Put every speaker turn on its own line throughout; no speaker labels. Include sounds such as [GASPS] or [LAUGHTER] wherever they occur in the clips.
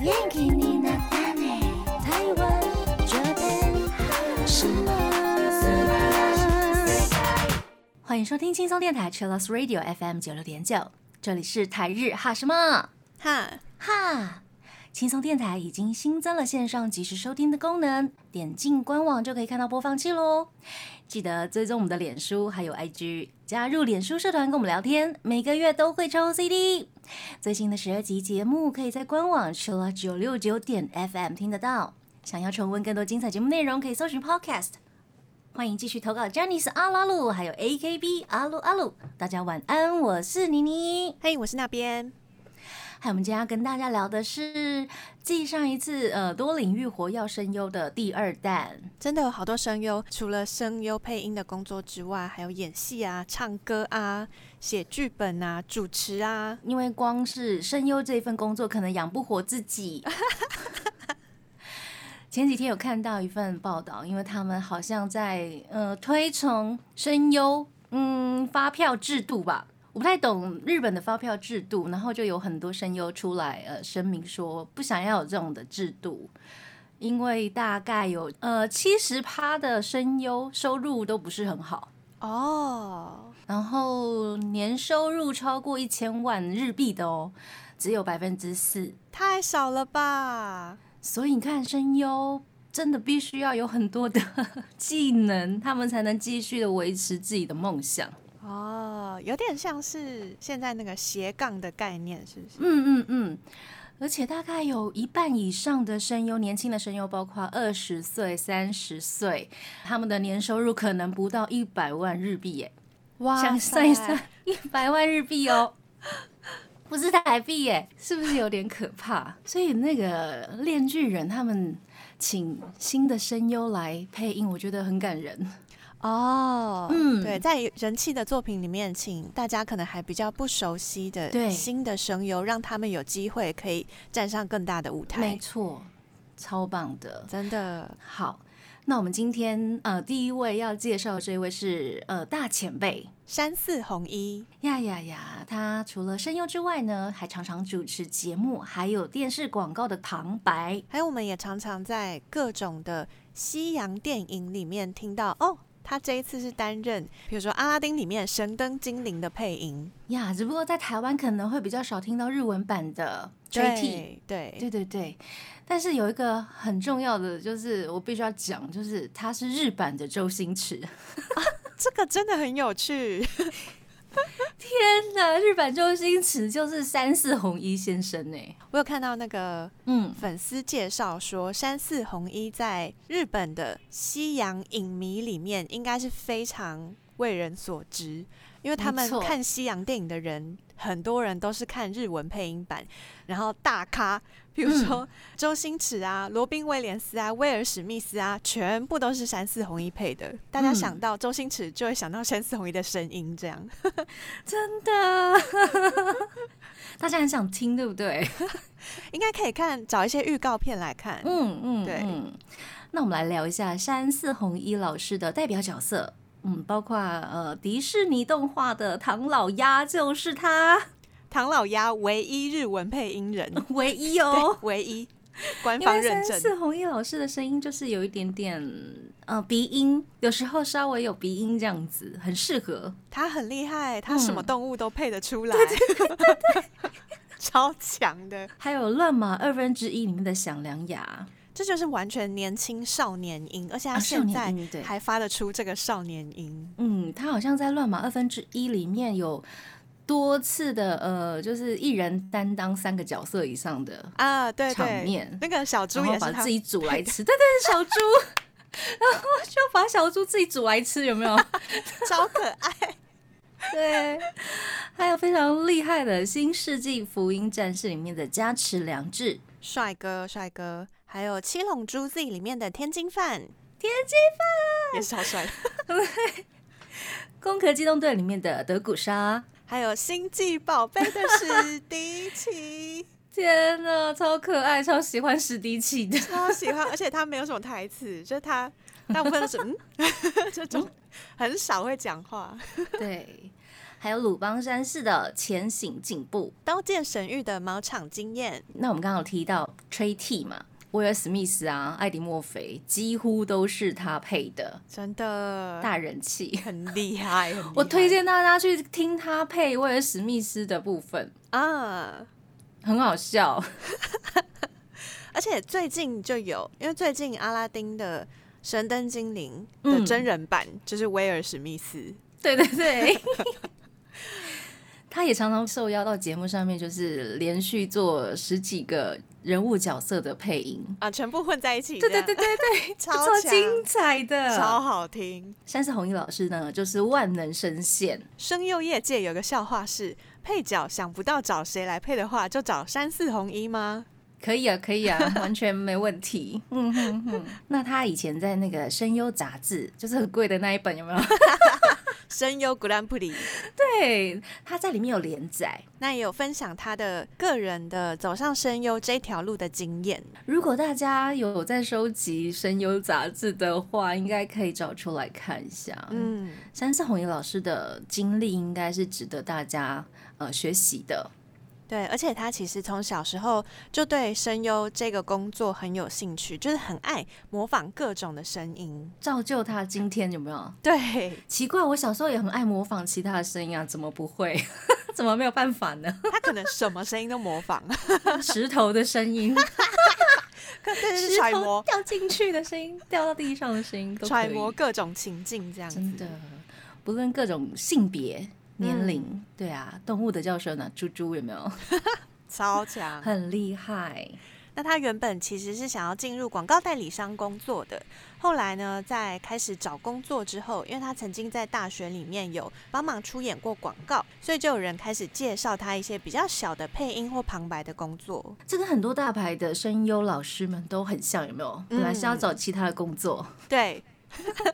元気になったね台湾 Japan 什么
欢迎收听轻松电台 Chillus Radio FM 九六点九，这里是台日哈什么
哈，
哈。轻松电台已经新增了线上即时收听的功能，点进官网就可以看到播放器喽。记得追踪我们的脸书还有 IG，加入脸书社团跟我们聊天，每个月都会抽 CD。最新的十二集节目可以在官网 c h i l l 九六九点 FM 听得到。想要重温更多精彩节目内容，可以搜寻 Podcast。欢迎继续投稿 j a n i c e 阿拉鲁，还有 AKB 阿鲁阿鲁。大家晚安，我是妮妮。
嘿，我是那边。
还有我们今天要跟大家聊的是继上一次呃多领域活跃声优的第二弹，
真的有好多声优，除了声优配音的工作之外，还有演戏啊、唱歌啊、写剧本啊、主持啊。
因为光是声优这份工作可能养不活自己。前几天有看到一份报道，因为他们好像在呃推崇声优嗯发票制度吧，我不太懂日本的发票制度，然后就有很多声优出来呃声明说不想要有这种的制度。因为大概有呃七十趴的声优收入都不是很好，
哦，
然后年收入超过一千万日币的哦，只有百分之四。
太少了吧？
所以你看，声优真的必须要有很多的技能，他们才能继续的维持自己的梦想。
哦，有点像是现在那个斜杠的概念，是不是？
嗯嗯嗯。而且大概有一半以上的声优，年轻的声优，包括二十岁、三十岁，他们的年收入可能不到一百万日币耶。
哇
想算一 [LAUGHS] 算，一百万日币哦，不是台币耶，是不是有点可怕？所以那个《炼巨人》他们请新的声优来配音，我觉得很感人。
哦，
嗯
对，在人气的作品里面，请大家可能还比较不熟悉的
对
新的声优，让他们有机会可以站上更大的舞
没
台，
错，超棒的。
真的
好，那我们今天呃第一位要介绍的这位是呃大前辈。
山寺红衣
呀呀呀！他除了声优之外呢，还常常主持节目，还有电视广告的旁白。
还有，我们也常常在各种的西洋电影里面听到哦，他这一次是担任，比如说《阿拉丁》里面神灯精灵的配音
呀，只不过在台湾可能会比较少听到日文版的 JT，
对对，
对对对。但是有一个很重要的，就是我必须要讲，就是他是日版的周星驰。
这个真的很有趣， [LAUGHS]
天哪，日版周星驰就是三四红一先生呢。
我有看到那个
嗯，
粉丝介绍说，山寺红一在日本的西洋影迷里面应该是非常为人所知，因为他
没
们
错
看西洋电影的人，很多人都是看日文配音版，然后大咖，比如
嗯
说周星驰啊、罗宾威廉斯啊、威尔史密斯啊，全部都是山寺红一配的。大家
嗯
想到周星驰，就会想到山寺红一的声音，这样
真的， [LAUGHS] 大家很想听，对不 [LAUGHS] 对？
应该可以看找一些预告片来看。
嗯嗯，
对
嗯。那我们来聊一下山寺弘一老师的代表角色，嗯，包括呃迪士尼动画的唐老鸭就是他， [LAUGHS]
唐老鸭唯一日文配音人。
唯一
对
哦，。
唯一官
因
方
为
认
三
证。
四弘毅老师的声音就是有一点点呃鼻音，有时候稍微有鼻音这样子，很适合。
他很厉害，他什么
嗯
动物都配得出来， [LAUGHS] 超强的。
还有《乱马二分之一》里面的响良牙，
这就是完全年轻少年音，而且他
啊少
现
年
在
音对
还发得出这个少年音。
嗯，他好像在《乱马二分之一》里面有多次的呃，就是一人担当三个角色以上的，
啊，对
场
对
面，
那个小猪
然后
也
把
是他
自，己煮来吃，对对，小猪， [LAUGHS] 然后就把小猪自己煮来吃，有没有？ [LAUGHS]
超可爱。 [LAUGHS]
对，还有非常厉害的《新世纪福音战士》里面的加持良治，
帅哥，帅哥，还有《七龙珠 Z》里面的天津饭，
天津
也是超帅的。
《攻壳机动队》里面的德古沙，
[LAUGHS] 还有《星际宝贝》的史迪奇，
天呐，超可爱，超喜欢史迪奇的。
超喜欢，而且他没有什么台词，就
[LAUGHS]
是他
嗯
大部分都是嗯这种，很少会讲话。
对，还有鲁邦山市的前行进步。
刀剑神域的毛场经验，
那我们刚刚有提到 Trey T 嘛，威尔史密斯啊，艾迪墨菲几乎都是他配的，
真的
大人气。
很厉害。很厉
我推
害
荐大家去听他配威尔史密斯的部分，
啊，
很好笑。
而且最近就有，因为最近阿拉丁的。神灯精灵的
嗯
真人版、就是威尔史密斯，
对对对， [LAUGHS] 他也常常受邀到节目上面，就是连续做十几个人物角色的配音。
啊，全部混在一起，
对对对，对对，
超
超
强
精彩的。
超好听。
山寺宏一老师呢，就是万能声线，
声优业界有个笑话是，配角想不到找谁来配的话，就找山寺红一吗？
可以啊，可以啊， [LAUGHS] 完全没问题。嗯哼哼，那他以前在那个声优杂志，就是很贵的那一本，有没有？ [LAUGHS]
声优古兰普里，
对，他在里面有连载。
那也有分享他的个人的走上声优这条路的经验。
如果大家有在收集声优杂志的话，应该可以找出来看一下。嗯，
嗯，
山寺宏一老师的经历应该是值得大家呃学习的。
对，而且他其实从小时候就对声优这个工作很有兴趣，就是很爱模仿各种的声音。
造就他今天有没有？
对
奇怪，我小时候也很爱模仿其他的声音啊，怎么不会？ [LAUGHS] 怎么没有办法呢？ [LAUGHS]
他可能什么声音都模仿， [LAUGHS]
石头的声音，
可这是
石
揣
头
摩
掉进去的声音，掉到地上的声音都可以
揣摩，各种情境这样子。
真的，不论各种性别、
嗯
年龄，对啊，动物的叫声呢，猪猪有没有？
超强，
很厉害，
那他原本其实是想要进入广告代理商工作的，后来呢，在开始找工作之后，因为他曾经在大学里面有帮忙出演过广告，所以就有人开始介绍他一些比较小的配音或旁白的工作。
这跟很多大牌的声优老师们都很像，有没有？本来是
嗯
要找其他的工作，
[LAUGHS] 对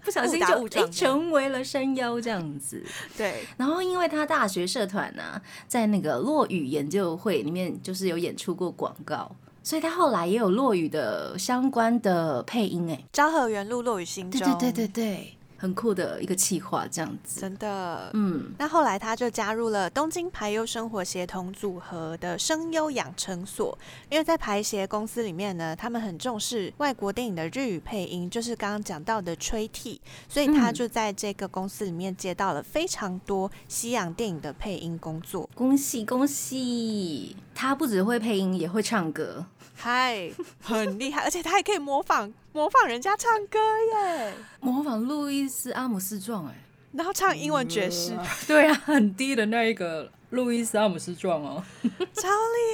不小心
误打
就
误撞 [LAUGHS]
诶成为了声优这样子。
哎对，
[LAUGHS] 然后，因为他大学社团呢、在那个落语研究会里面，就是有演出过广告，所以他后来也有落语的相关的配音、哎，
昭和原路落雨心中，
对对对对对，很酷的一个企划这样子。
真的。
嗯，
那后来他就加入了东京排优生活协同组合的声优养成所，因为在排协公司里面呢，他们很重视外国电影的日语配音，就是刚刚讲到的吹替，所以他
嗯
就在这个公司里面接到了非常多西洋电影的配音工作。
恭喜恭喜！他不只会配音，也会唱歌。
嗨， [LAUGHS] 很厉害，而且他还可以模仿模仿人家唱歌耶，
模仿路易斯·阿姆斯壮、哎，
然后唱英文爵士，
对啊，很低的那一个路易斯·阿姆斯壮哦，
超厉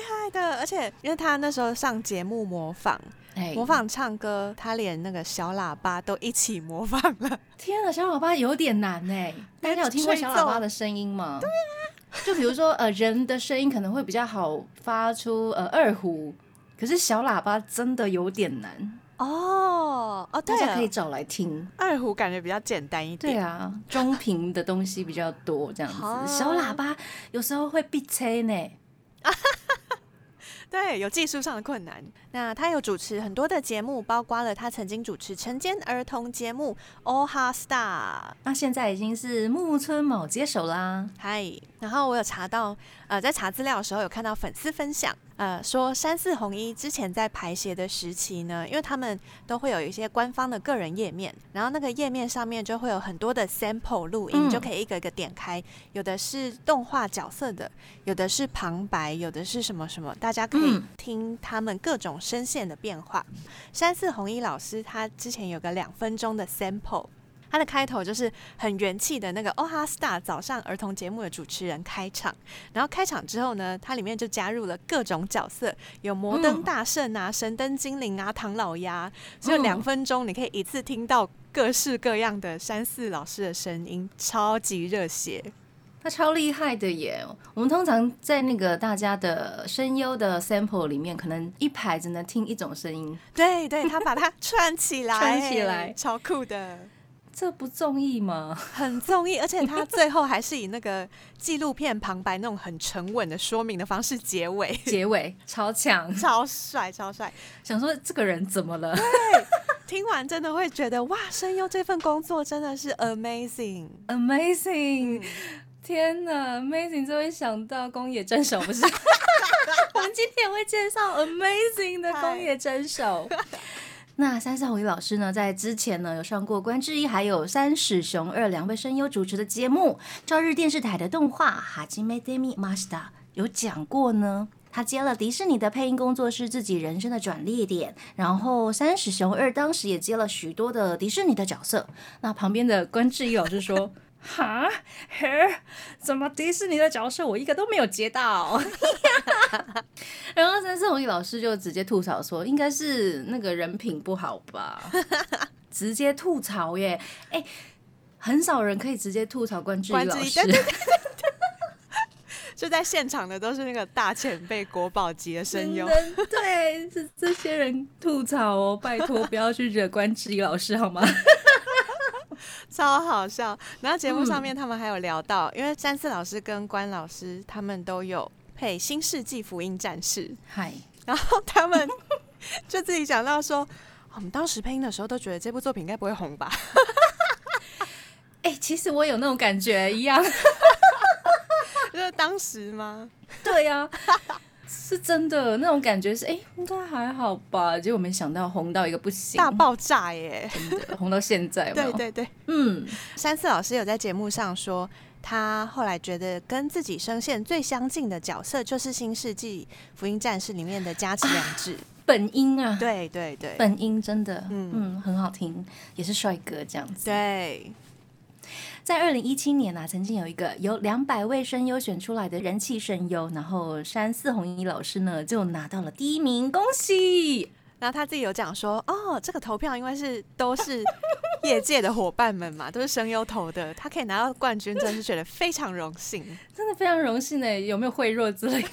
害的。而且因为他那时候上节目模仿，
哎
模仿唱歌，他连那个小喇叭都一起模仿了。
天啊，小喇叭有点难哎、大家有听过小喇叭的声音吗？对啊，就比如说呃，人的声音可能会比较好发出呃二胡，可是小喇叭真的有点难，
哦 [LAUGHS] 哦，
大
对
家可以
了，
找来听。
二胡感觉比较简单一
啊对
点。
啊，中频的东西比较多，这样
好
子。小喇叭有时候会闭车呢。
对，有技术上的困难。那他有主持很多的节目，包括了他曾经主持晨间儿童节目《All Star Star》。
那现在已经是木村卯接手啦。
嗨，然后我有查到，呃，在查资料的时候有看到粉丝分享，呃，说山寺弘一之前在排协的时期呢，因为他们都会有一些官方的个人页面，然后那个页面上面就会有很多的 sample 录音，
嗯
就可以一个一个点开，有的是动画角色的，有的是旁白，有的是什么什么，大家可以
嗯
听他们各种声线的变化。山寺弘一老师他之前有个两分钟的 sample，他的开头就是很元气的那个 Oh Ha Star 早上儿童节目的主持人开场，然后开场之后呢，它里面就加入了各种角色，有摩登
嗯
大圣啊、神灯精灵啊、唐老鸭，只有
嗯
两分钟，你可以一次听到各式各样的山寺老师的声音，超级热血。
他超厉害的耶！我们通常在那个大家的声优的 sample 里面，可能一排只能听一种声音，
对对，他把它串起来，
串起来
超酷的，
这不中意吗？ [LAUGHS]
很综艺，而且他最后还是以那个纪录片旁白那种很沉稳的说明的方式结尾，
结尾超强，
超帅超帅。
想说这个人怎么了？
听完真的会觉得哇，声优这份工作真的是 amazing。
Amazing！天哪，Amazing 就会想到宫野真守不是？ [LAUGHS] 我们今天也会介绍 Amazing 的宫野真守。那三少伟老师呢，在之前呢有上过关智一还有三史雄二两位声优主持的节目，朝日电视台的动画《哈基梅德米马斯达》有讲过呢。他接了迪士尼的配音工作是自己人生的转捩点，然后三史雄二当时也接了许多的迪士尼的角色。那旁边的关智一老师说：“哈，嘿，怎么迪士尼的角色我一个都没有接到？” [LAUGHS] 然后三四红衣老师就直接吐槽说：“应该是那个人品不好吧？”直接吐槽耶！哎、很少人可以直接吐槽关智一
关
老
智一
师
对。就在现场的都是那个大前辈国宝级的声优，
真的对，是这些人吐槽哦，拜托不要去惹关智一老师好吗？
超好笑。然后节目上
嗯
面他们还有聊到，因为山寺老师跟关老师他们都有配《新世纪福音战士》，
嗨，
然后他们 [LAUGHS] 就自己讲到说，哦我们当时配音的时候都觉得这部作品应该不会
[LAUGHS]
红吧？
哎，其实我有那种感觉一样，
就是当时吗？
[LAUGHS] 对呀、是真的那种感觉是，哎，应该还好吧？结果没想到红到一个不行，
大爆炸耶！
的红到现在有没有，
对对对，
嗯，
山寺老师有在节目上说，他后来觉得跟自己声线最相近的角色就是《新世纪福音战士》里面的加持良治。
本音啊，
对对对
本音真的，嗯
嗯
很好听，也是帅哥这样子。
对，
在二零一七年啊，曾经有一个由两百位声优选出来的人气声优，然后山寺宏一老师呢就拿到了第一名，恭喜！
然后他自己有讲说，哦，这个投票因为是都是业界的伙伴们嘛，都是声优投的，他可以拿到冠军，真是觉得非常
[LAUGHS]
荣幸。
真的非常荣幸呢，有没有惠若之
[LAUGHS]
类的？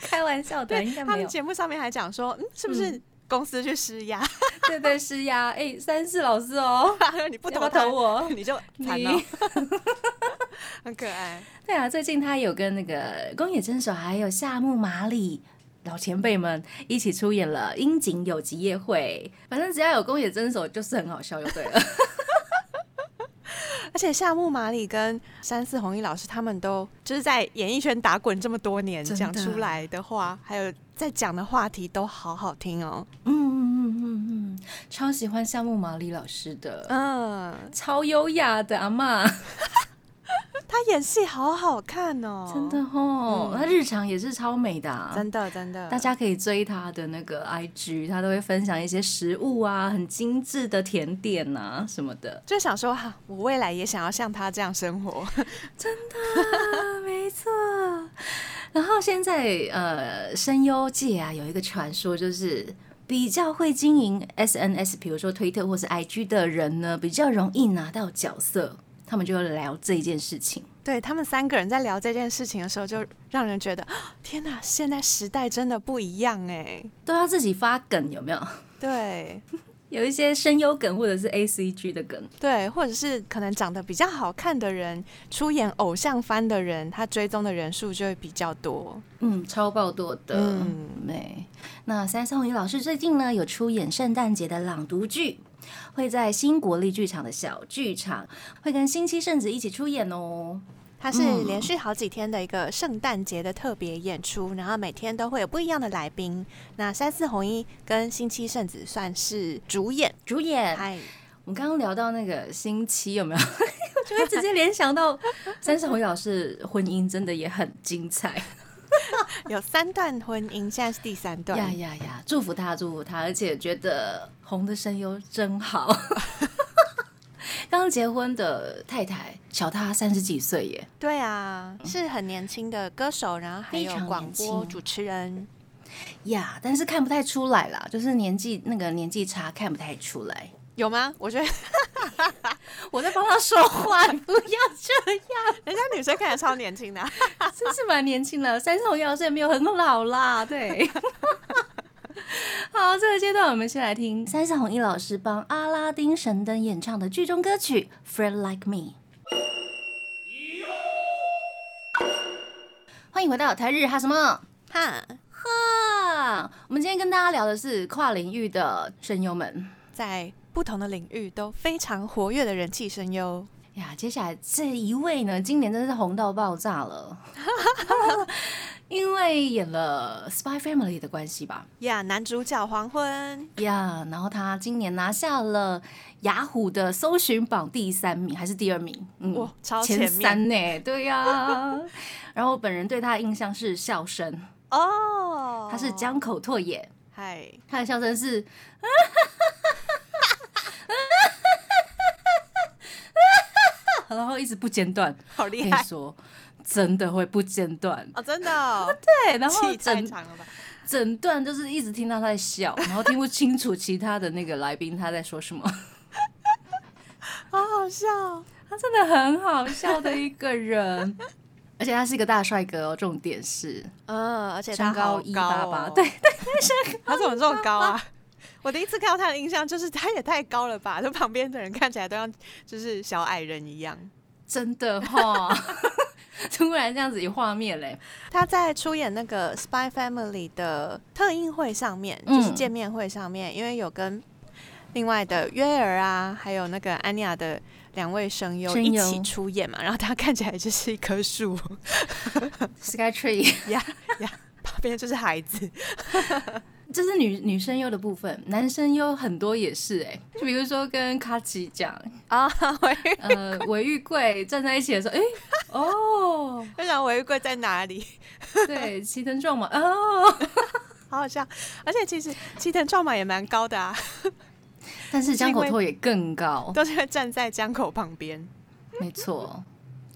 开玩笑的，应该
他
没
们
有。
节目上面还讲说，嗯，是不是公司去施压， [LAUGHS]
对对是呀，哎、山寺老师哦，
你不
不
投。
要不要投我
[LAUGHS] 你就惨了
你，
很可爱。
对啊，最近他有跟那个宫野真守还有夏目马里老前辈们一起出演了《樱井有吉夜会》，反正只要有宫野真守就是很好笑就对了。
而且夏木马里跟山寺弘一老师他们都就是在演艺圈打滚这么多年，
真的
讲出来的话，还有在讲的话题都好好听哦。
嗯嗯嗯嗯嗯，超喜欢夏目马里老师的，
嗯，
超优雅的阿嬷，
他演戏好好看哦，
真的吼，她、日常也是超美的、啊，
真的真的，
大家可以追她的那个 IG，她都会分享一些食物啊，很精致的甜点啊什么的。
就想说哈、我未来也想要像他这样生活。 [LAUGHS]
啊，没错。然后现在呃，声优界啊有一个传说，就是比较会经营 SNS，比如说推特或是 IG 的人呢，比较容易拿到角色。他们就会聊这件事情，
对他们三个人在聊这件事情的时候，就让人觉得 [GASPS] 啊天哪，现在时代真的不一样哎。
都要自己发梗，有没 [LAUGHS] 有？
对
有一些声优梗或者是 A C G 的梗，
对，或者是可能长得比较好看的人，出演偶像番的人，他追踪的人数就会比较多。
嗯，超爆多的，嗯
嗯，
对。那三松宇老师最近呢有出演圣诞节的朗读剧，会在新国立剧场的小剧场，会跟新七圣子一起出演哦。
它是连续好几天的一个圣诞节的特别演出，然后每天都会有不一样的来宾。那三四红一跟星期圣子算是主演，
主演，
嗨，
我们刚刚聊到那个星期有没 [LAUGHS] 有？我就会直接联想到三松宇老师婚姻真的也很精彩，
有三段婚姻，现在是第三段。
呀呀呀！祝福他，祝福他，而且觉得红的声优真好。 [LAUGHS] 刚结婚的太太小他三十几岁耶，
对啊，是很年轻的歌手，然后还
非常
有广
年
播
轻
主持人。
呀但是看不太出来啦，就是年纪那个年纪差看不太出来。
有吗？我觉得 [LAUGHS]
我在帮他说话，你不要这样，
人家女生看起来超年轻的啊、
真是蛮年轻的，三十红老师也没有很老啦，对。 [LAUGHS] 好，这个阶段我们先来听三十红一老师帮阿拉丁神灯演唱的剧中歌曲《Friend Like Me》。欢迎回到台日 [LAUGHS] 哈什么
哈，
哈？我们今天跟大家聊的是跨领域的声优们。
在不同的领域都非常活跃的人气声优。
呀呀，接下来这一位呢，今年真是红到爆炸了，因为演了《Spy Family》的关系吧。
呀、男主角黄昏，
呀然后他今年拿下了雅虎的搜寻榜第三名还是第二名？嗯，
哇，超前
前
面
三呢？对呀、 [LAUGHS] 然后本人对他的印象是笑声，
哦，
他是江口拓也，
嗨，
他的笑声是，然后一直不间断。
好
跟
厉
你
害
说，真的会不间断。
哦，真的哦，
对，然后
气太
整
长了吧？
整段就是一直听到他在笑，然后听不清楚其他的那个来宾他在说什么。
好好笑哦，
他真的很好笑的一个人， [LAUGHS] 而且他是一个大帅哥哦，重点是
嗯，而且
身
他
高
好
一八八，
哦
对，对，
他怎么这么高啊？ [LAUGHS] 我第一次看到他的印象就是他也太高了吧，就旁边的人看起来都像就是小矮人一样。
真的哈、 [LAUGHS] 突然这样子有画面嘞，
他在出演那个《Spy Family》的特映会上面，
嗯
就是见面会上面，因为有跟另外的约尔啊，还有那个安妮亚的两位声优
声
一
优
起出演嘛，然后他看起来就是一棵树
Sky Tree， [LAUGHS]
呀呀，旁边就是孩 [LAUGHS] 子，
这是女女生优的部分，男生优很多也是哎，就比如说跟卡奇讲，
啊，我
呃，韦玉贵站在一起的时候，哎、哦，
就想我衣柜在哪里，
对，齐藤壮马，哦，
好好笑。而且其实七藤壮马也蛮高的啊，
但是江口拓也更高，
都是会站在江口旁边。
没错，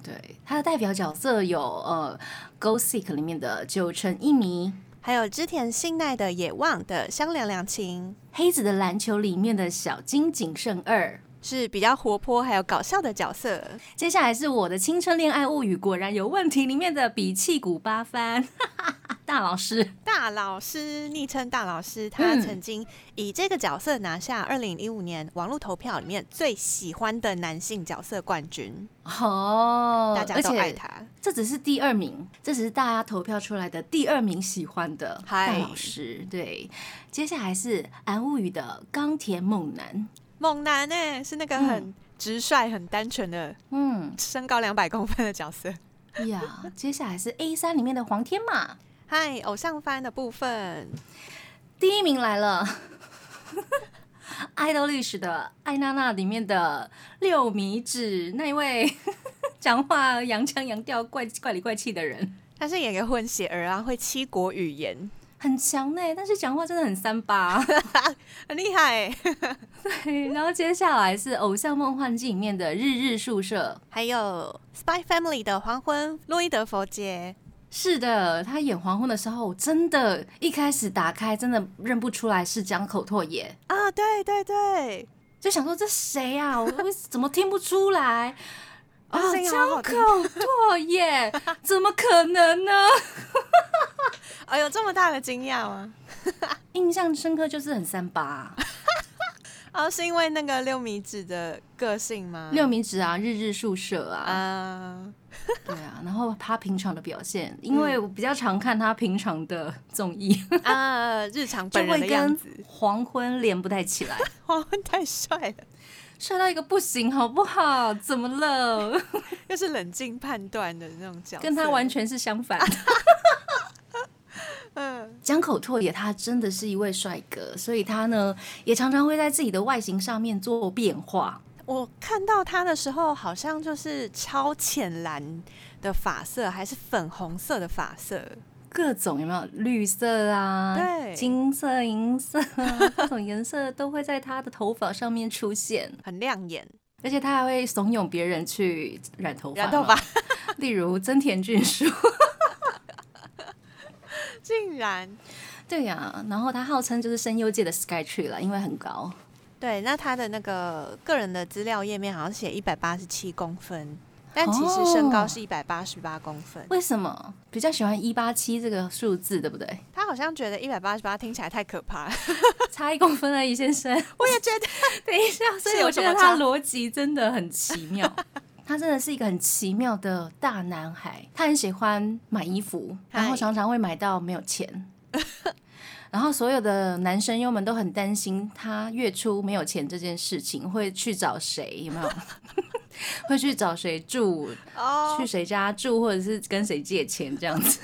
对，他的代表角色有呃《Go Sick》里面的九成一迷，
还有织田信奈的《野望》的香凉凉情，
《黑子的篮球》里面的小金井胜二。
是比较活泼还有搞笑的角色。
接下来是我的《青春恋爱物语》，果然有问题里面的比气谷八番大老师，
大老师，昵称大老师，他
嗯
曾经以这个角色拿下二零一五年网络投票里面最喜欢的男性角色冠军，
哦，
大家
而
都爱
且
他。
这只是第二名，这只是大家投票出来的第二名喜欢的
嗨
大老师。对，接下来是安物语的钢铁猛男，
猛男呢、是那个很直率、很单纯的，
嗯
身高两百公分的角色。
呀，接下来是 A 三里面的黄天马，
嗨，偶像番的部分，
第一名来了， [LAUGHS] 《爱豆历史》的艾娜娜里面的六米指那一位 [LAUGHS] 讲话洋腔洋调、怪怪里怪气的人，
他是演个混血儿啊，会七国语言，
很强呢、但是讲话真的很三八。 [LAUGHS]
很厉害、欸。
对然后接下来是《偶像梦幻境》里面的日日宿舍，
还有《Spy Family》的黄昏，洛伊德佛杰，
是的，他演黄昏的时候，我真的一开始打开真的认不出来是江口拓也。
啊，对对对，
就想说这谁啊？我为怎么听不出
[LAUGHS]
来？
他
啊，
声音好
江
好听
口拓耶，怎么可能呢？
哎呦，这么大的惊讶啊吗？
印象深刻就是很三八啊、
哦，是因为那个六米子的个性吗？
六明子啊，日日宿舍啊，
嗯啊，
对啊，然后他平常的表现，因为我比较常看他平常的综艺，
啊，日常
就
[LAUGHS] 本
会
人的样
跟
子，
黄昏连不太起来，
黄昏太帅了，
帅到一个不行，好不好？怎么了？
[LAUGHS] 又是冷静判断的那种角色，
跟他完全是相反。
嗯，
江口拓也他真的是一位帅哥，所以他呢也常常会在自己的外形上面做变化。
我看到他的时候，好像就是超浅蓝的发色，还是粉红色的发色，
各种有没有绿色啊？
对
金色、银色啊， [LAUGHS] 各种颜色都会在他的头发上面出现，
很亮眼，
而且他还会怂恿别人去染头发。
染头发，
例如增田俊树，
[LAUGHS]
[LAUGHS]
竟然
对呀、然后他号称就是声优界的 Sky Tree 了，因为很高。
对，那他的那个个人的资料页面好像写一百八十七公分，但其实身高
哦
是一百八十八公分。
为什么比较喜欢一八七这个数字，对不对？
他好像觉得一百八十八听起来太可 [LAUGHS] 怕了，
差一公分而已，先 [LAUGHS] 生。
我也觉得。
等一 [LAUGHS] 下，所
是
以
有
我觉
什么
得他
差
的逻辑真的很奇妙。 [LAUGHS] 他真的是一个很奇妙的大男孩，他很喜欢买衣服，
嗨
然后常常会买到没有钱。 [LAUGHS] 然后所有的男生优们都 [LAUGHS] 很担心他月初没有钱这件事情，会去找谁？有没有？会去找谁住，
哦，
去谁家住，或者是跟谁借钱这样子，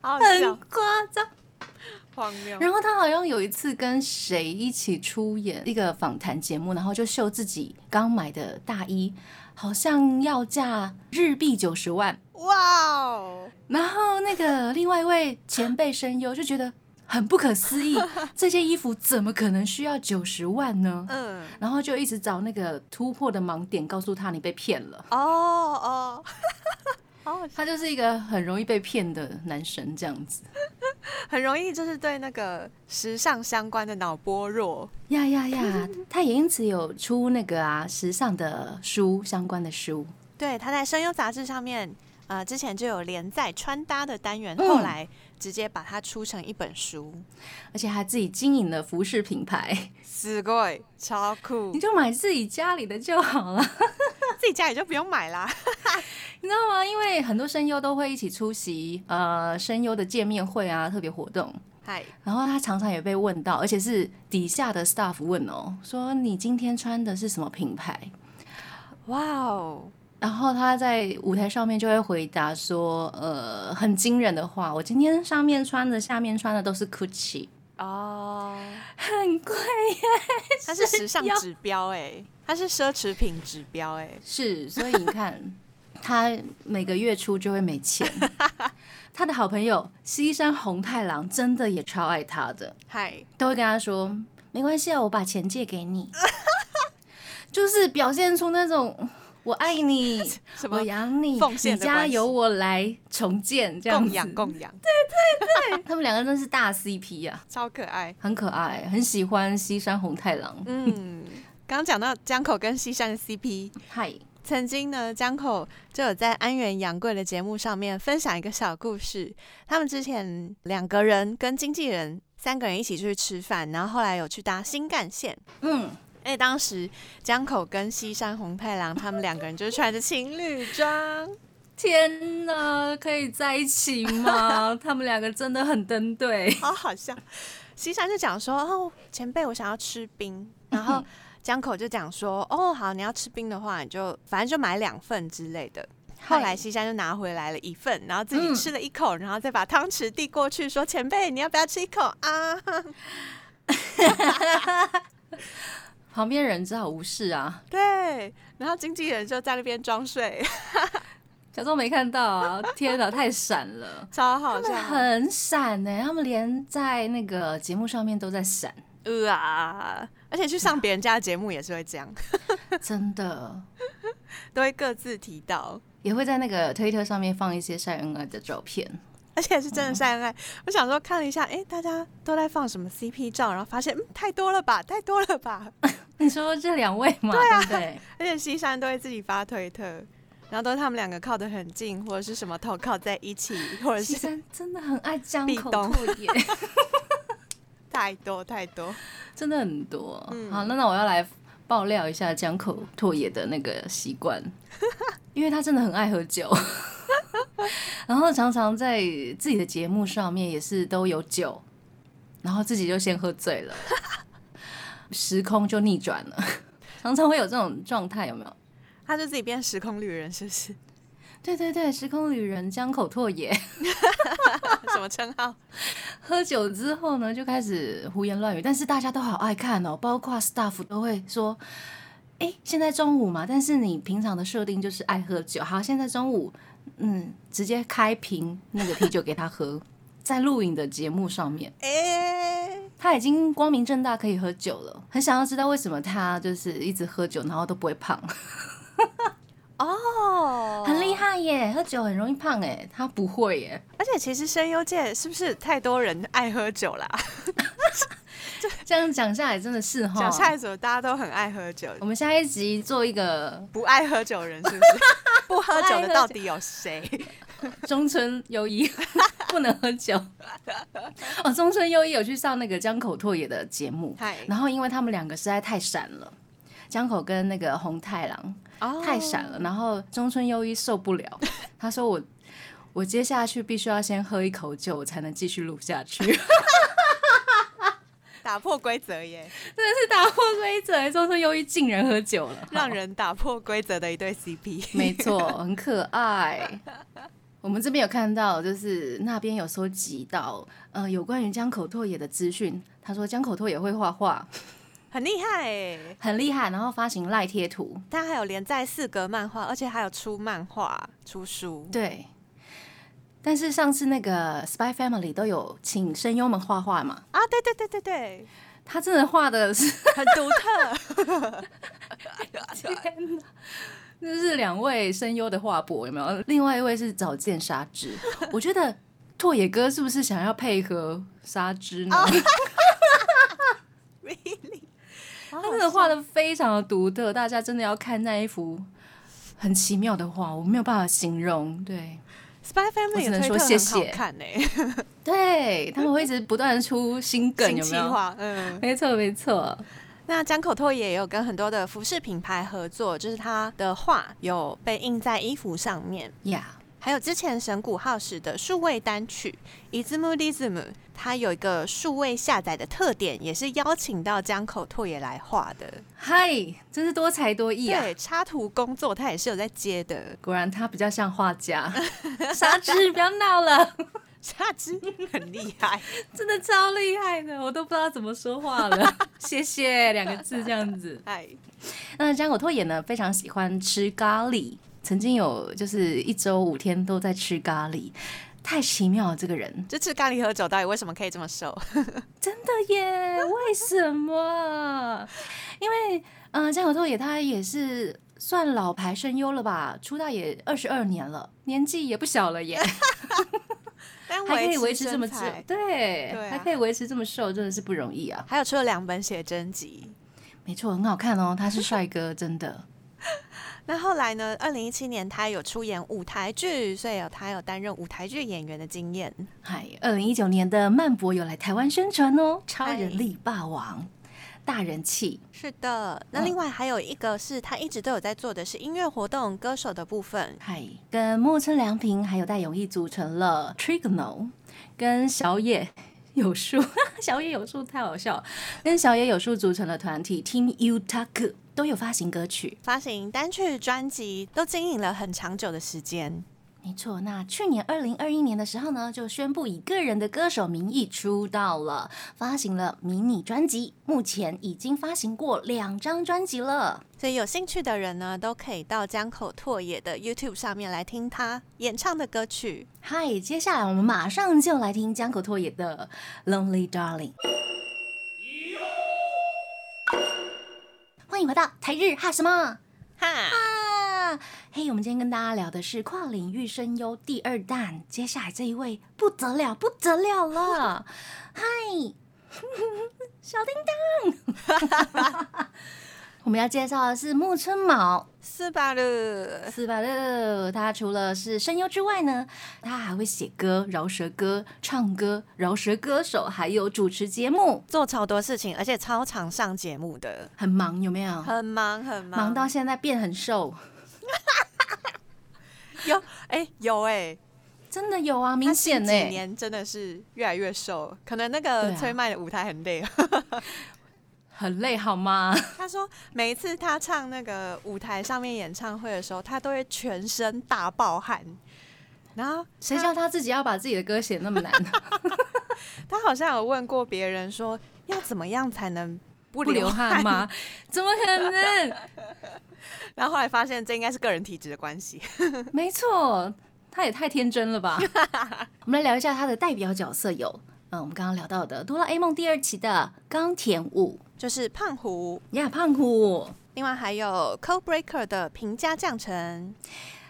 好好
很
笑，
夸张。
荒谬。
然后他好像有一次跟谁一起出演一个访谈节目，然后就秀自己刚买的大衣，好像要价日币九十万。
哇哦，
然后那个另外一位前辈声优就觉得很不可思议，这件衣服怎么可能需要九十万呢？
嗯，
然后就一直找那个突破的盲点，告诉他你被骗了。
哦哦，好好笑，
他就是一个很容易被骗的男神这样子。
很容易就是对那个时尚相关的脑波弱。
呀呀呀！他也因此有出那个啊时尚的书相关的书。
对，他在声优杂志上面，呃，之前就有连载穿搭的单元，后
嗯
来直接把它出成一本书，
而且还自己经营了服饰品 [LAUGHS] 牌，
すごい，超酷
你，就买自己家里的就好了， [LAUGHS]
自己家里就不用买啦。
你知道吗？因为很多声优都会一起出席呃声优的见面会啊、特别活动，
嗨，
然后他常常也被问到，而且是底下的 staff 问哦，说你今天穿的是什么品牌？
哇哦，
然后他在舞台上面就会回答说，呃，很惊人的话，我今天上面穿的、下面穿的都是 Gucci，
[LAUGHS] 哦，
很贵耶。
它是时尚
要
指标哎、它是奢侈品指标哎、
是，所以你看，他每个月初就会没钱。 [LAUGHS] 他的好朋友西山红太郎真的也超爱他的，
嗨，
都会跟他说：“没关系啊，我把钱借给你。” [LAUGHS] 就是表现出那种我爱你，
[LAUGHS] 什么
我养你，
奉献
你
的
家
关系
由我来重建这样
供
子。
养供养，
[LAUGHS] 他们两个真是大 CP 啊，
超可爱。
很可爱，很喜欢西山红太郎。
嗯， [LAUGHS] 刚刚讲到江口跟西山的 CP，
嗨，
曾经呢，江口就有在安源洋贵的节目上面分享一个小故事。他们之前两个人跟经纪人三个人一起出去吃饭，然后后来有去搭新干线。
嗯，
哎，当时江口跟西山红太郎他们两个人就是穿着情侣装，
天哪，可以在一起吗？
[LAUGHS]
他们两个真的很登对。
好好笑。西山就讲说：“哦，前辈，我想要吃
[LAUGHS]
冰。”然后江口就讲说：“哦，好，你要吃冰的话，你就反正就买两份之类的。”后
哎
来西山就拿回来了一份，然后自己
嗯
吃了一口，然后再把汤匙递过去说：“前辈，你要不要吃一口啊 [LAUGHS]
旁边人只好无视啊，？”
对，然后经纪人就在那边装睡， [LAUGHS]
假装没看到啊！天哪，太闪了，
超 [LAUGHS] 好
他们
笑。
很闪呢、他们连在那个节目上面都在
[LAUGHS]
闪，
呃啊！而且去上别人家的节目也是会这样，
真的
都会各自提到，
也会在那个推特上面放一些晒恩爱的照片。
[LAUGHS] 而且是真
嗯
的晒恩爱。我想说看了一下，哎、大家都在放什么 CP 照，然后发现嗯太多了吧，太多了吧。 [LAUGHS]
你说这两位嘛，
啊
对,、不对？
而且西山都会自己发推特，然后都是他们两个靠得很近，或者是什么头靠在
[LAUGHS]
一起，或者
西
是
山真的很爱江口
壁咚
拓也，
太多太多。
真的很多。好，那那我要来爆料一下江口拓也的那个习惯，因为他真的很爱喝酒， [LAUGHS] 然后常常在自己的节目上面也是都有酒，然后自己就先喝醉了，时空就逆转了， [LAUGHS] 常常会有这种状态，有没有？
他就自己变时空旅人，是
[LAUGHS]
不是？
对对对，时空旅人江口拓也
什么称
[LAUGHS]
号？
喝酒之后呢，就开始胡言乱语，但是大家都好爱看哦，包括 staff 都会说，哎、现在中午嘛，但是你平常的设定就是爱喝酒，好，现在中午，嗯，直接开瓶那个啤酒给他喝，在录影的节目上面，
哎、
他已经光明正大可以喝酒了，很想要知道为什么他就是一直喝酒，然后都不会胖，
哦，
很厉。害耶，喝酒很容易胖哎，他不会耶，
而且其实声优界是不是太多人爱喝酒
[LAUGHS]
啦？
这样讲下来真的是哈，
讲下一组大家都很爱喝酒，
我们下一集做一个
不爱喝酒的人是
[LAUGHS]
不是？不喝酒的到底有谁？
中村优一不能喝酒。哦，中村优一有去上那个江口拓也的节目，
嗨，
然后因为他们两个实在太闪了，江口跟那个红太狼
哦
太闪了，然后中村优一受不了，他说我。我接 [LAUGHS] 下去必须要先喝一口酒，我才能继续录下去。
打破规则耶，
真的是打破规则，终身忧郁竟然喝酒了，
让人打破规则的一对 CP。
没错，很可爱。我们这边有看到，就是那边有收集到，呃，有关于江口拓也的资讯。他说江口拓也会画画，
很厉害耶，
很厉害，然后发行赖贴图。
他还有连载四格漫画，而且还有出漫画、出书。
对，但是上次那个 Spy Family 都有请声优们画画嘛，
啊，对对对对对，
他真的画的是，
很独特。 [LAUGHS]
这是两位声优的画博有没有？另外一位是早见沙织，我觉得拓野哥是不是想要配合沙织 [LAUGHS]
哦
呢？
他
他真的画的非常的独特，大家真的要看那一幅很奇妙的画，我没有办法形容。对，
Spy
我
Family
只
的
能说
推特
谢
很好
谢
看呢，欸
对他们会一直不断地出新梗，
新
有
计
没有？
划，嗯。
没错，没错，
那江口拓也有跟很多的服饰品牌合作，就是他的画有被印在衣服上面。
呀、
还有之前神谷浩史的数位单曲《Izmudism》，它有一个数位下载的特点，也是邀请到江口拓也来画的。
嗨，真是多才多艺啊！
对，插图工作他也是有在接的。 [LAUGHS]
果然他比较像画家， [LAUGHS] 沙织不要闹了，
沙织很厉 [LAUGHS] 害，
真的超厉害的，我都不知道怎么说话 [LAUGHS] 了。谢谢两个字这样子。
哎，
那江口拓也呢，非常喜欢吃咖喱，曾经有就是一周五天都在吃咖喱，太奇妙了这个人，
这吃咖喱喝酒到底为什么可以这么瘦？
真的 [LAUGHS] 耶？为什么？因为嗯、呃江口拓也他也是算老牌声优了吧，出道也二十二年了，年纪也不小了 [LAUGHS] 耶，
[LAUGHS] 但
还可以维持这么
身
久
材，
对，
对啊
还可以维持这么瘦，真的是不容易啊。
还有出了两本写真集。
没错，很好看哦，他是帅哥，真的。
那后来呢？二零一七年他有出演舞台剧，所以有他有担任舞台剧演员的经验。
嗨，二零一九年的漫博有来台湾宣传哦，超人力霸王，大人气，
是的，那另外还有一个是他一直都有在做的是音乐活动歌手的部分。
嗨，跟木村良平还有戴永义组成了 Trigono，跟小野有树， [LAUGHS] 小野有树太好笑了，跟小野有树组成了团体 Team u t a k 都有发行歌曲。
发行单曲、专辑都经营了很长久的时间，
没错，那去年二零二一年的时候呢，就宣布以个人的歌手名义出道了，发行了迷你专辑，目前已经发行过两张专辑了。
所以有兴趣的人呢，都可以到江口拓也的 YouTube 上面来听他演唱的歌曲。
嗨，接下来我们马上就来听江口拓也的《Lonely Darling》。欢迎回到台日哈什么
哈，
啊？嘿，我们今天跟大家聊的是跨领域声优第二弹，接下来这一位不得了，不得了了！嗨，小叮当， [LAUGHS] 我们要介绍的是木村卯。
斯巴鲁，
斯巴勒，他除了是声优之外呢，他还会写歌、饶舌歌、唱歌、饶舌歌手，还有主持节目，
做超多事情，而且超常上节目的，
很忙，有没有？
很忙很忙，
忙到现在变很瘦，
有哎、有哎、
真的有啊，
他
明显
近
呢、
几年真的是越来越瘦，可能那
对
个
啊
崔麦的舞台很累。
很累好吗？
他说每一次他唱那个舞台上面演唱会的时候，他都会全身大爆汗。然后
谁叫他自己要把自己的歌写那么难？
他好像有问过别人说，要怎么样才能不
[LAUGHS] 不流
流
汗吗？怎么可能？
然后后来发现这应该是个人体质的关系。
没错，他也太天真了 [LAUGHS] 吧！我们来聊一下他的代表角色有，嗯，我们刚刚聊到的《哆啦 A 梦》第二期的冈田武
就是胖虎，
呀，胖虎。
另外还有 Code Breaker 的平价降臣，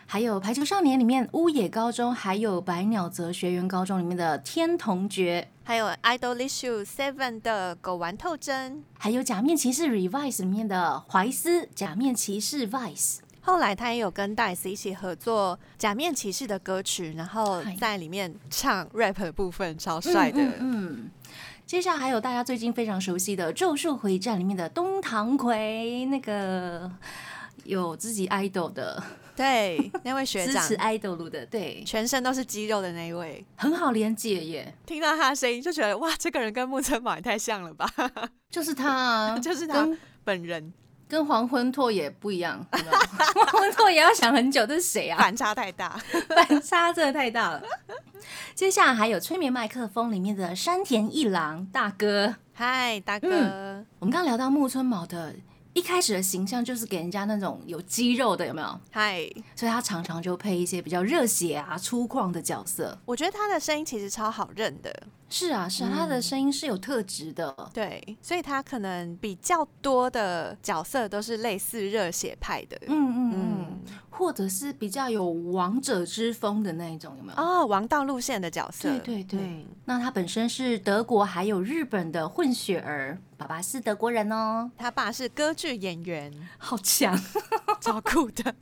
还有《排球少年》里面乌野高中，还有百鸟泽学园高中里面的天童爵，
还有 Idol Issue Seven 的狗丸透真。
还有《假面骑士 Revice》里面的怀斯，《假面骑士 Vice》。
后来他也有跟戴斯一起合作《假面骑士》的歌曲，然后
嗨
在里面唱 rap 的部分，超帅的。
嗯嗯嗯接下来还有大家最近非常熟悉的《咒术回战》里面的东堂葵，那个有自己 idol 的
对，那位学
支
长
持 idol 的，对，
全身都是肌肉的那一位，
很好连接耶，
听到他的声音就觉得哇，这个人跟木村马也太像了吧，
就是他啊，
就是他
跟
本人
跟黄昏拓也不一样，有没有 [LAUGHS] 黄昏拓也要想很久，这是谁啊？
反差太大。
反差真的太大了。接下来还有《催眠麦克风》里面的山田一郎大哥，
[LAUGHS] 嗨，大哥，
我们刚刚聊到木村卯的。一开始的形象就是给人家那种有肌肉的，有没有？
嗨，
所以他常常就配一些比较热血啊、粗犷的角色。
我觉得他的声音其实超好认的，
是啊，是啊，他的声音是有特质的。
对，所以他可能比较多的角色都是类似热血派的。
嗯嗯
嗯
嗯，或者是比较有王者之风的那一种，有没有？
哦，王道路线的角色，
对对对
嗯
那他本身是德国还有日本的混血儿，爸爸是德国人哦，
他爸是歌剧演 [LAUGHS] 员，
好强。
超酷的。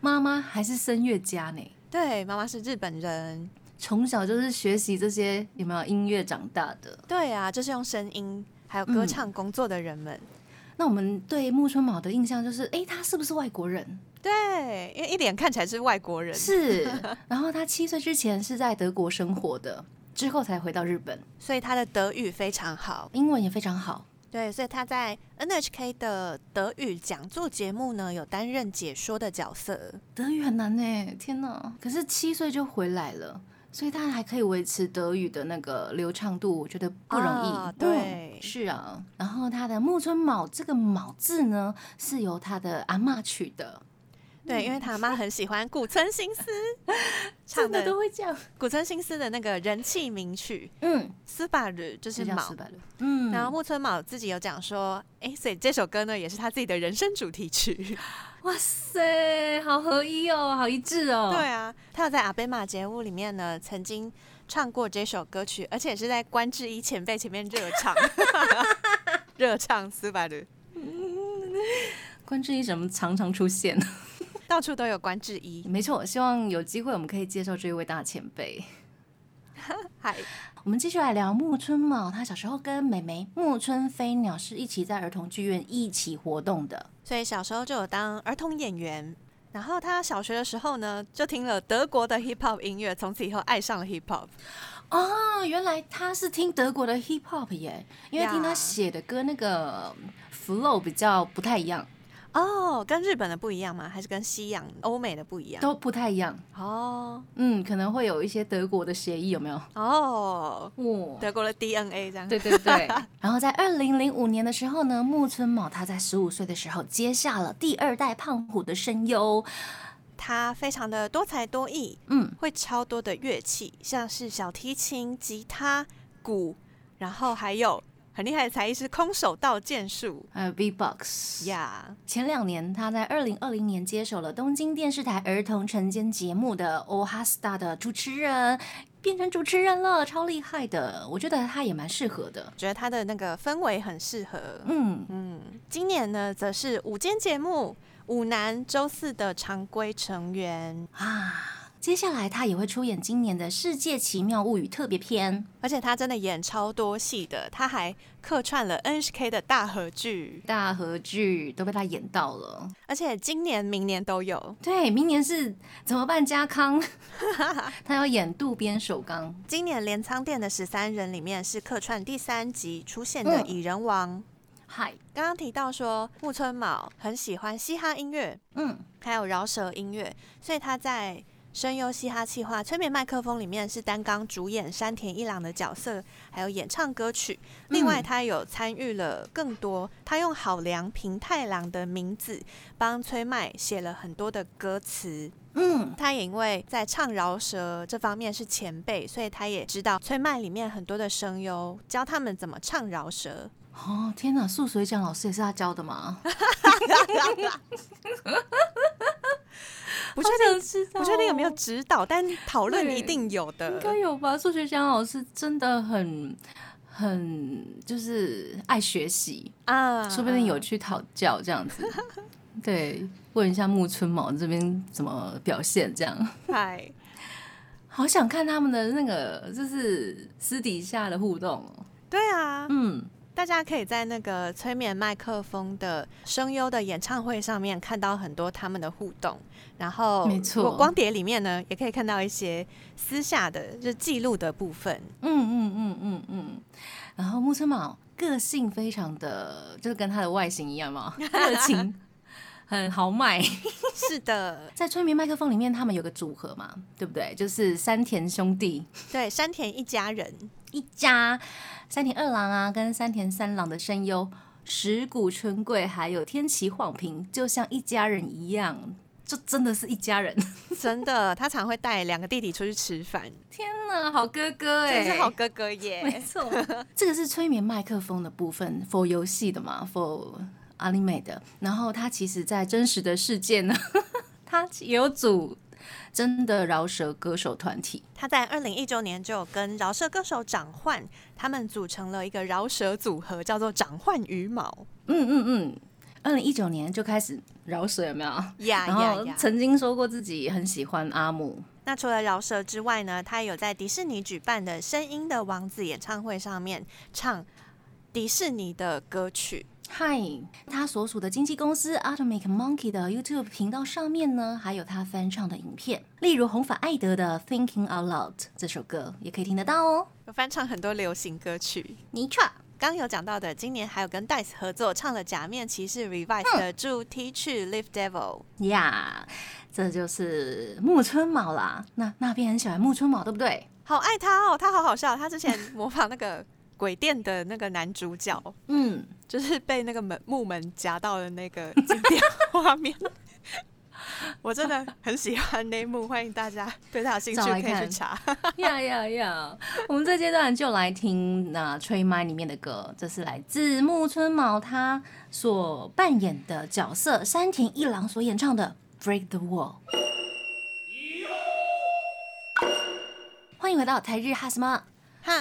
妈妈还是声乐家呢，
对，妈妈是日本人，
从小就是学习这些有没有音乐长大的。
对啊，就是用声音还有歌唱工作的人们，
那我们对木村卯的印象就是，诶，他是不是外国人？
对，因为一脸看起来是外国人，
是。然后他七岁之前是在德国生活的，之后才回到日本，
所以他的德语非常好。
英文也非常好。
对，所以他在 NHK 的德语讲座节目呢，有担任解说的角色。
德语很难呢，天哪！可是七岁就回来了，所以他还可以维持德语的那个流畅度，我觉得不容易。
啊对
嗯是啊。然后他的木村卯这个卯字呢，是由他的阿嬷取的，
对，因为他妈很喜欢古村 [LAUGHS] 新司唱
真的
的
都会这 [LAUGHS] 样。
古村新司的那个人气名曲
嗯，
《斯巴鲁》，就是
这叫
毛
失。败了。嗯，
然后木村卯自己有讲说，哎、所以这首歌呢也是他自己的人生主题曲。
哇塞，好合一哦，好一致哦。
对，啊，他有在阿贝玛节目里面呢曾经唱过这首歌曲，而且是在关智一前辈前面热 [LAUGHS] 唱，热唱《斯巴鲁》，
关之一怎么常常出现？
到处都有关智一。
没错，希望有机会我们可以介绍这一位大前辈。
嗨，
我们继续来聊木村茂，他小时候跟妹妹木村飞鸟是一起在儿童剧院一起活动的。
所以小时候就有当儿童演员。然后他小学的时候呢，就听了德国的 hip hop 音乐，从此以后爱上了 hip hop。
哦，原来他是听德国的 hip hop 耶，因为
呀
听他写的歌那个 flow 比较不太一样，
哦，跟日本的不一样吗？还是跟西洋、欧美的不一样？
都不太一样。
哦
嗯，可能会有一些德国的协议，有没有？
哦，
哦，
德国的 DNA 这样。
对对对。然后在二零零五年的时候呢，木村茂他在十五岁的时候接下了第二代胖虎的声优。
他非常的多才多艺，
嗯，
会超多的乐器，像是小提琴、吉他、鼓，然后还有很厉害的才艺是空手道剑术
还有 V-box
呀。
呃前两年，他在二零二零年接手了东京电视台儿童晨间节目的《o h a s t a 的主持人，变成主持人了，超厉害的。我觉得他也蛮适合的。
觉得他的那个氛围很适合。
嗯，
嗯，今年呢，则是午间节目舞男周四的常规成员，
啊，接下来他也会出演今年的《世界奇妙物语》特别篇。
而且他真的演超多戏的，他还客串了 NHK 的大合剧，
大合剧都被他演到了，
而且今年、明年都有。
对，明年是怎么办？家康，他要演渡边守刚，
今年镰仓店的十三人里面是客串第三集出现的
嗯
蚁人王。
嗨，
刚刚提到说木村卯很喜欢嘻哈音乐，
嗯，
还有饶舌音乐，所以他在声优嘻哈企划《催眠麦克风》里面是担纲主演山田一郎的角色，还有演唱歌曲。另外，他有参与了更多，他用好良平太郎的名字帮催麦写了很多的歌词。
嗯，
他也因为在唱饶舌这方面是前辈，所以他也知道催麦里面很多的声优教他们怎么唱饶舌。
哦，天哪，素水奖老师也是他教的吗？
不确
定知道
不确定有没有指导，但讨论一定有
哦应
的。
该有吧？数学奖老师真的很很就是爱学习，
啊
说不定有去讨教这样
嗯
子。 [LAUGHS] 对，问一下木村毛这边怎么表现，这样
嗨，
好想看他们的那个就是私底下的互动哦。
对啊，
嗯，
大家可以在那个催眠麦克风的声优的演唱会上面看到很多他们的互动，然后
没错
如果光碟里面呢也可以看到一些私下的就是记录的部分。
嗯嗯嗯嗯嗯。然后木村卯个性非常的，就是跟他的外形一样
[LAUGHS]
嘛，热情，很豪迈。
是的，
在催眠麦克风里面，他们有个组合嘛，对不对？就是山田兄弟
对，山田一家人
一家，山田二郎啊，跟山田三郎的声优石谷春贵，还有天崎晃平，就像一家人一样，就真的是一家人。
真的，他常会带两个弟弟出去吃饭，
天哪，好哥哥哎、
真是好哥哥耶
[LAUGHS] 没！错，这个是催眠麦克风的部分，for 游戏的嘛，for anime 的。然后它其实在真实的世界呢， [LAUGHS] 它也有组真的饶舌歌手团体。
他在二零一九年就有跟饶舌歌手掌焕他们组成了一个饶舌组合，叫做掌焕羽毛。
嗯嗯嗯，二零一九年就开始饶舌有没有？
呀
然
呀
后
呀！
曾经说过自己很喜欢阿姆，
那除了饶舌之外呢，他有在迪士尼举办的《声音的王子》演唱会上面唱迪士尼的歌曲。
嗨，他所属的经纪公司 Atomic Monkey 的 YouTube 频道上面呢，还有他翻唱的影片，例如红发艾德的《Thinking Out Loud》这首歌也可以听得到哦。
有翻唱很多流行歌曲。
尼克，
刚有讲到的，今年还有跟 Dice 合作唱了《假面骑士 Revive》的主题曲《Live Devil》。
呀这就是木村卯啦。那那边很喜欢木村卯，对不对？
好爱他哦，他好好笑。他之前模仿那个鬼店的那个男主角，
嗯，
就是被那个门木门夹到的那个经
[LAUGHS]
典画面。我真的很喜欢那一幕，欢迎大家对他有兴趣
找
可
来
以去
看 [LAUGHS]
查。
呀呀呀！我们这阶段就来听那《吹麦》里面的歌，这是来自木村卯他所扮演的角色山田一郎所演唱的《Break the Wall》。欢迎回到台日哈什么？
哈，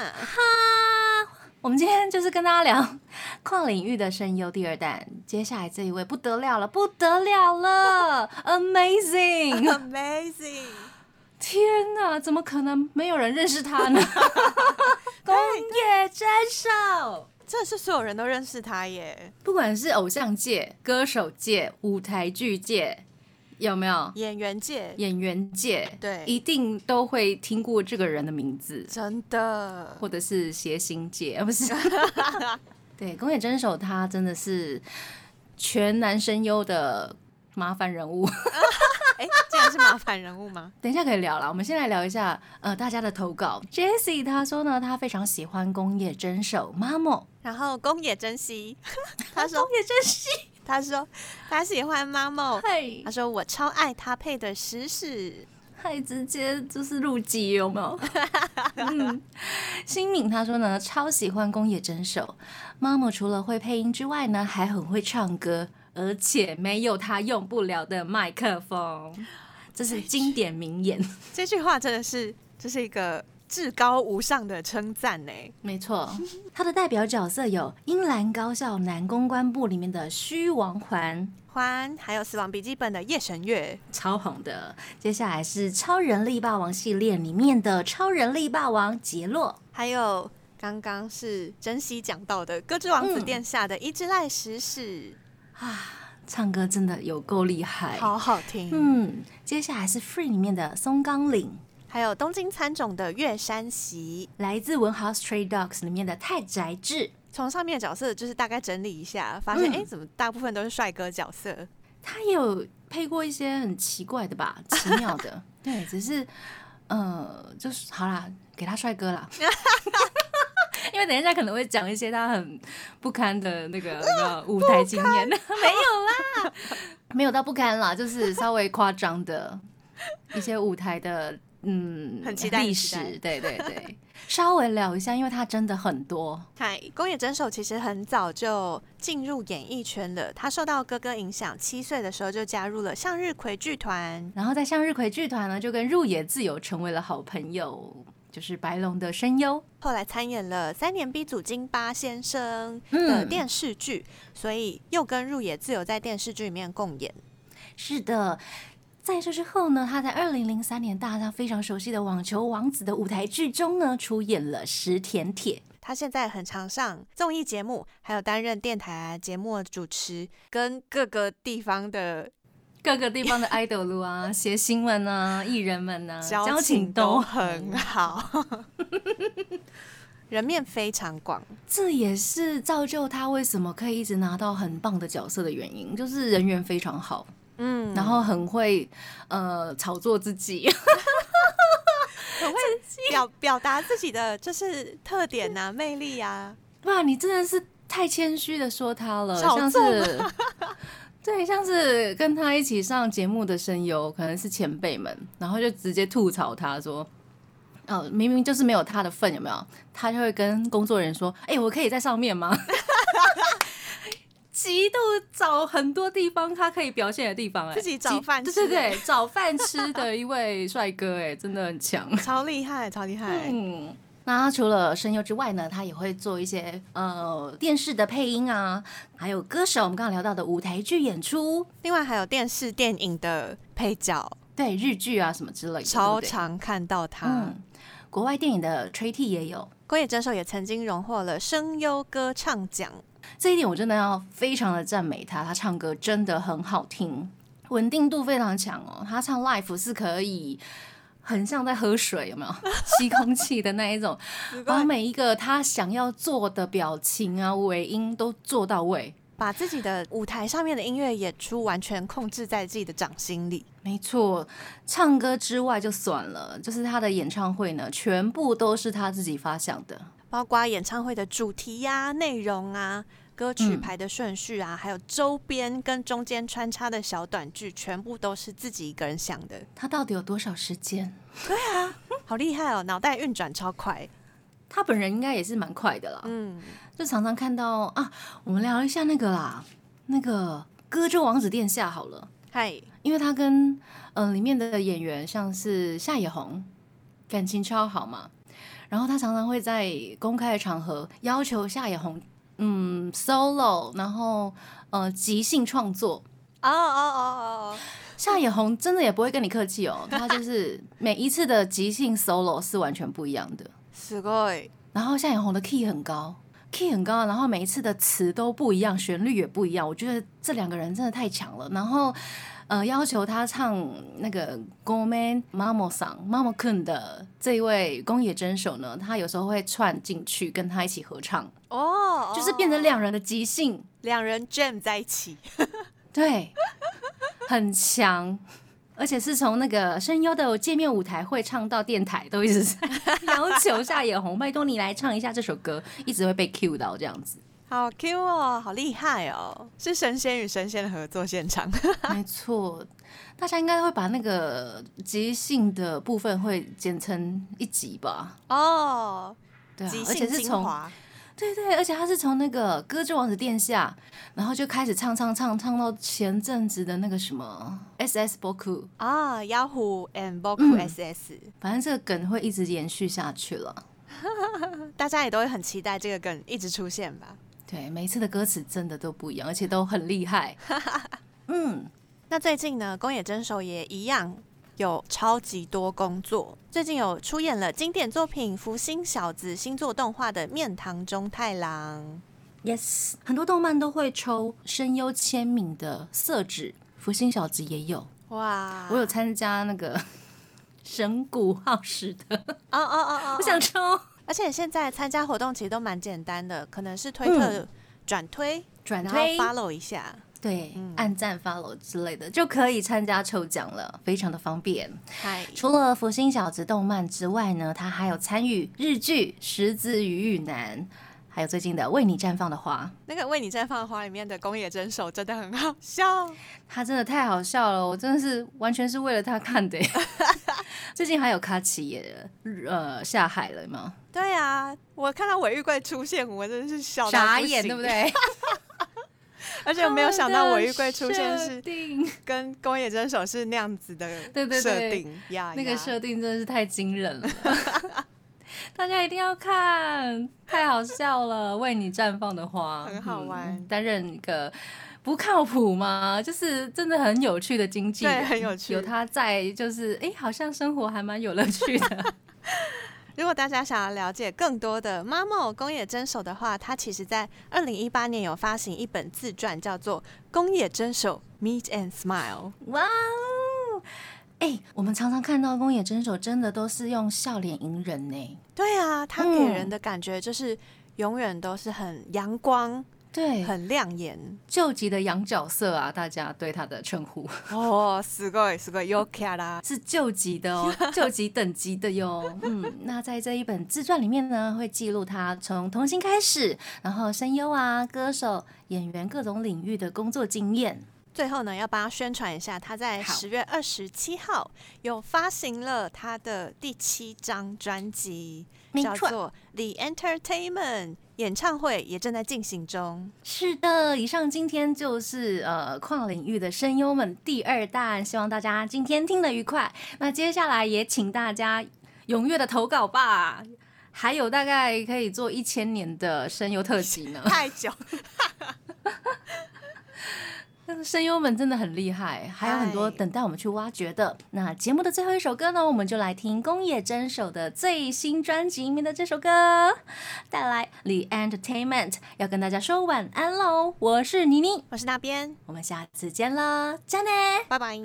我们今天就是跟大家聊跨领域的声优第二弹，接下来这一位不得了了，不得了了，Amazing！ [LAUGHS]
Amazing！
天哪，怎么可能没有人认识他 [LAUGHS] 呢？工业真手，
真的是所有人都认识他耶，
不管是偶像界、歌手界、舞台剧界，有没有
演员界
演员界？
对
一定都会听过这个人的名字，
真的
或者是谐星界，呃不 [LAUGHS] 是？对，宫野真守他真的是全男声优的麻烦人物。
哎，竟然是麻烦人物吗？
等一下可以聊了，我们先来聊一下呃大家的投稿。Jessie 她说呢，她非常喜欢宫野真守 Mamo，
然后宫野真希，他说
也真是
他说他喜欢妈妈，
太
他说我超爱他配的石屎，
太直接，就是入籍有没有？嗯，新敏她说呢，超喜欢宫野真守。妈妈除了会配音之外呢，还很会唱歌，而且没有她用不了的麦克风。这是经典名言，
这句话真的是这是一个至高无上的称赞呢。
没错。她的代表角色有英兰高校男公关部里面的虚王环，
欢，还有《死亡笔记本》的夜神月，
超红的。接下来是超人力霸王系列里面的超人力霸王杰洛，
还有刚刚是珍惜讲到的《歌之王子殿下》的伊之濑石屎，
唱歌真的有够厉害。
好好听。
嗯，接下来是 Free 里面的松冈岭，
还有东京餐种的月山席。
来自《文豪 Stray Dogs》里面的太宅智，
从上面的角色就是大概整理一下，发现哎、
嗯
诶怎么大部分都是帅哥角色？
他也有配过一些很奇怪的 [LAUGHS] 吧，奇妙的。对，只是呃，就是好啦，给他帅哥啦。 [LAUGHS] 因为等一下可能会讲一些他很不堪的那个呃舞台经验，没有 [LAUGHS] 啦，没有到不堪啦，就是稍微夸张的一些舞台的嗯
很期待很
历
期
史
待，
对对对，稍微聊一下，因为他真的很多，
嗨，宫野真守其实很早就进入演艺圈了，他受到哥哥影响，七岁的时候就加入了向日葵剧团。
然后在向日葵剧团呢，就跟入野自由成为了好朋友，就是白龙的声优。
后来参演了三年 B 组金八先生的
嗯
电视剧，所以又跟入野自由在电视剧里面共演。
是的，在这之后呢，他在二零零三年大家非常熟悉的《网球王子》的舞台剧中呢，出演了石田铁。
他现在很常上综艺节目，还有担任电台啊节目主持，跟各个地方的
各个地方的 idol 路啊， [LAUGHS] 写新闻啊，艺人们啊，
交
交
情
情
都
都
很好， [LAUGHS] 人面非常广。
这也是造就他为什么可以一直拿到很棒的角色的原因，就是人缘非常好，
嗯，
然后很会呃炒作自己，
很会表表达自己的就是特点呐、魅力啊。
哇，你真的是太谦虚的说他了，
炒
像
作
是对，像是跟他一起上节目的声优，可能是前辈们，然后就直接吐槽他说。哦，明明就是没有他的份，有没有？他就会跟工作人员说：“哎、我可以在上面吗？” [LAUGHS] 极度找很多地方他可以表现的地方、哎，
自己找饭
极
吃
对对对，找饭吃的一位帅哥、哎，真的很强。
超厉害，超厉害！
嗯，那他除了声优之外呢，他也会做一些呃电视的配音啊，还有歌手，我们刚刚聊到的舞台剧演出，
另外还有电视、电影的配角，
对日剧啊什么之类的，
超
长。
常看到他。
嗯，国外电影的吹替也有，
宫野真守也曾经荣获了声优歌唱奖。
这一点我真的要非常的赞美他，他唱歌真的很好听，稳定度非常强哦。他唱 Life 是可以很像在喝水，有没有吸空气的那一种，把每一个他想要做的表情啊、尾音都做到位。
把自己的舞台上面的音乐演出完全控制在自己的掌心里，
没错，唱歌之外就算了，就是他的演唱会呢，全部都是他自己发想的。
包括演唱会的主题呀、内容啊、歌曲
嗯
排的顺序啊，还有周边跟中间穿插的小短剧，全部都是自己一个人想的，
他到底有多少时间？
好厉害哦！脑袋运转超快，
他本人应该也是蛮快的啦，
嗯，
就常常看到啊，我们聊一下那个啦，那个歌之王子殿下好了，
嗨，
因为他跟嗯、呃里面的演员像是夏野红，感情超好嘛，然后他常常会在公开的场合要求夏野红嗯 solo，然后呃即兴创作。
哦哦哦哦
夏野红真的也不会跟你客气哦， [LAUGHS] 他就是每一次的即兴 solo 是完全不一样的。
哦，すごい，
然后夏野红的 key 很高，key 很高，然后每一次的词都不一样，旋律也不一样。我觉得这两个人真的太强了。然后，呃，要求他唱那个《Go Man Mamo Song Mamo Kun》的这一位宫野真守呢，他有时候会串进去跟他一起合唱，
哦，
就是变成两人的即兴。
两人 jam 在一起，
对，很强，而且是从那个声优的界面舞台会唱到电台，都一直在要求夏野红，拜托你来唱一下这首歌，一直会被 cue 到这样子。
好 Q 哦，好厉害哦，是神仙与神仙的合作现场，
没错， [LAUGHS] 大家应该会把那个即兴的部分会剪成一集吧。
[LAUGHS] 哦，
对啊
即，
而且
兴
是
精
从
华，
对对，而且他是从那个《歌之王子殿下》，然后就开始唱唱唱唱到前阵子的那个什么 S.S. 博库，
啊，Yahoo and Boku
嗯
SS，、
反正这个梗会一直延续下去了。
大家也都会很期待这个梗一直出现吧。
对，每一次的歌词真的都不一样，而且都很厉害。嗯，
那最近呢，宫野真守也一样有超级多工作，最近有出演了经典作品《福星小子》星座动画的面堂中太郎，
Yes，很多动漫都会抽声优签名的色纸，福星小子也有。
哇，
我有参加那个 [LAUGHS] 神谷浩史的，
哦哦哦哦，
[LAUGHS] 我想抽。
而且现在参加活动其实都蛮简单的，可能是推特转
[LAUGHS]
推，
嗯转嗯
然后
推
follow 一下，
对，按赞、follow 之类的就可以参加抽奖了，非常的方便。
嗨，
除了《福星小子》动漫之外呢，他还有参与日剧《石子与雨男》，还有最近的《为你绽放的花》。
[LAUGHS] 那个为你绽放的花里面的宫野真守真的很好笑，
他真的太好笑了，我真的是完全是为了他看的耶。 [LAUGHS] 最近还有卡奇也呃下海了吗？
[LAUGHS] 对啊，我看到尾玉贵出现，我真的是笑到不
傻眼，对
行
不？
[LAUGHS]
对？
而且我没有想到尾玉贵出现
设
嗯是
定，
跟宫野真守是那样子的
对对对
设定呀，
[LAUGHS] 那个
呀
设定真的是太惊人了，
哎
[LAUGHS] 大家一定要看，太好笑了！为你绽放的花，
很好玩
嗯担任一个。不靠谱吗？就是真的很有趣的经纪人，
对很有趣
有他在，就是哎、诶好像生活还蛮有乐趣的。
如果大家想要了解更多的妈某宫野真守的话，他其实在二零一八年有发行一本自传，叫做《宫野真守 Meet and Smile》。
哇哦！哎、我们常常看到宫野真守真的都是用笑脸迎人呢。
对啊，他给人
嗯
的感觉就是永远都是很阳光、
对，
很亮眼。
救急的羊角色啊，大家对他的称呼
哦，すごいすごいよか啦。
是救急的哦，救急等级的哟。嗯，那在这一本自传里面呢，会记录他从童星开始，然后声优啊、歌手、演员各种领域的工作经验。
最后呢，要帮他宣传一下，他在
好
十月二十七号有发行了他的第七张专辑，
没
叫
错
做《The Entertainment》，演唱会也正在进行中。
是的，以上今天就是呃跨领域的声优们第二弹，希望大家今天听得愉快。那接下来也请大家踊跃的投稿吧，还有大概可以做一千年的声优特辑呢。 [LAUGHS]
太久，
但是声优们真的很厉害，还有很多
嗨
等待我们去挖掘的。那节目的最后一首歌呢，我们就来听宫野真守的最新专辑里面的这首歌，带来《The Entertainment》，要跟大家说晚安喽。我是妮妮，
我是那边，
我们下次见啦，加奈。
拜拜。